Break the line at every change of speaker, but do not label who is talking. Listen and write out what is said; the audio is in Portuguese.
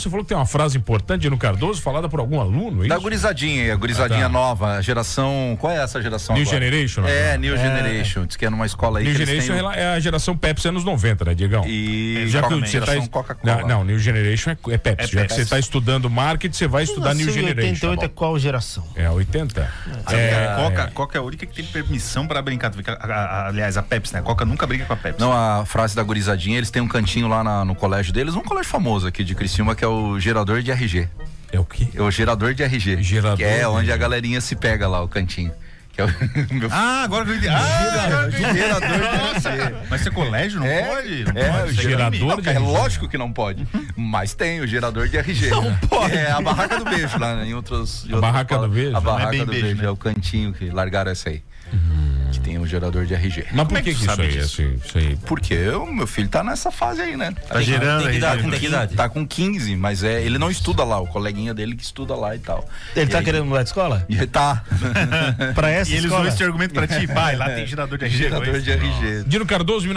Você falou que tem uma frase importante de no Cardoso falada por algum aluno, é
Da
isso?
gurizadinha, a gurizadinha
Ah, tá.
nova, a geração. Qual é essa geração?
New
agora?
Generation,
É,
né?
New Generation. Diz que é numa escola aí.
New
que eles
Generation
têm um
ela- é a geração Pepsi anos 90, né, Diegão?
E
já que
Coca-Man,
você tá.
geração Coca-Cola.
Não, não, New Generation é, é Pepsi. já
É
que
Pepsi.
você está estudando marketing, você vai estudar New
Nasceu em
Generation. tá
88 é qual geração?
É, 80.
A É, Coca, Coca é a única que tem permissão pra brincar. Tu vê que a- a- a- aliás, a Pepsi, né? A Coca nunca brinca com a Pepsi.
Não, a frase da gurizadinha, eles têm um cantinho lá na- no colégio deles, um colégio famoso aqui de Criciúma, que é o gerador de RG.
É o quê?
É o gerador de RG.
Gerador
que é
de
onde a galerinha se pega lá, o cantinho. Que é o meu
Ah, agora que eu entendi. Ah, agora que eu entendi.
gerador de
Nossa, cara. Mas ser colégio não
É,
pode?
é,
Não
o
pode, isso é
gerador
crime.
de
Não, cara, é
RG.
lógico que não pode. Mas tem o gerador de RG. Não pode. É a barraca do beijo lá, né? Em outros. em outras
barraca
escolas.
do beijo? Não
A
é
barraca
bem
do
beijo,
beijo,
né?
é o cantinho que largaram essa aí. Que tem o gerador de RG.
Mas por
é que
que,
tu
que isso
sabe
aí?
disso?
assim, Isso aí.
Porque o meu filho tá nessa fase aí, né? Tá
Tem que-
gerando
tem que
aí,
dar-
né?
tem que idade?
Tá com 15, mas é, ele não estuda lá, o coleguinha dele que estuda lá e tal.
Ele
E
tá
aí-
querendo mudar de escola?
E tá.
Pra essa
E eles
escola?
usam esse argumento pra ti. Pai, lá tem gerador de RG.
Gerador de RG.
Dino Cardoso,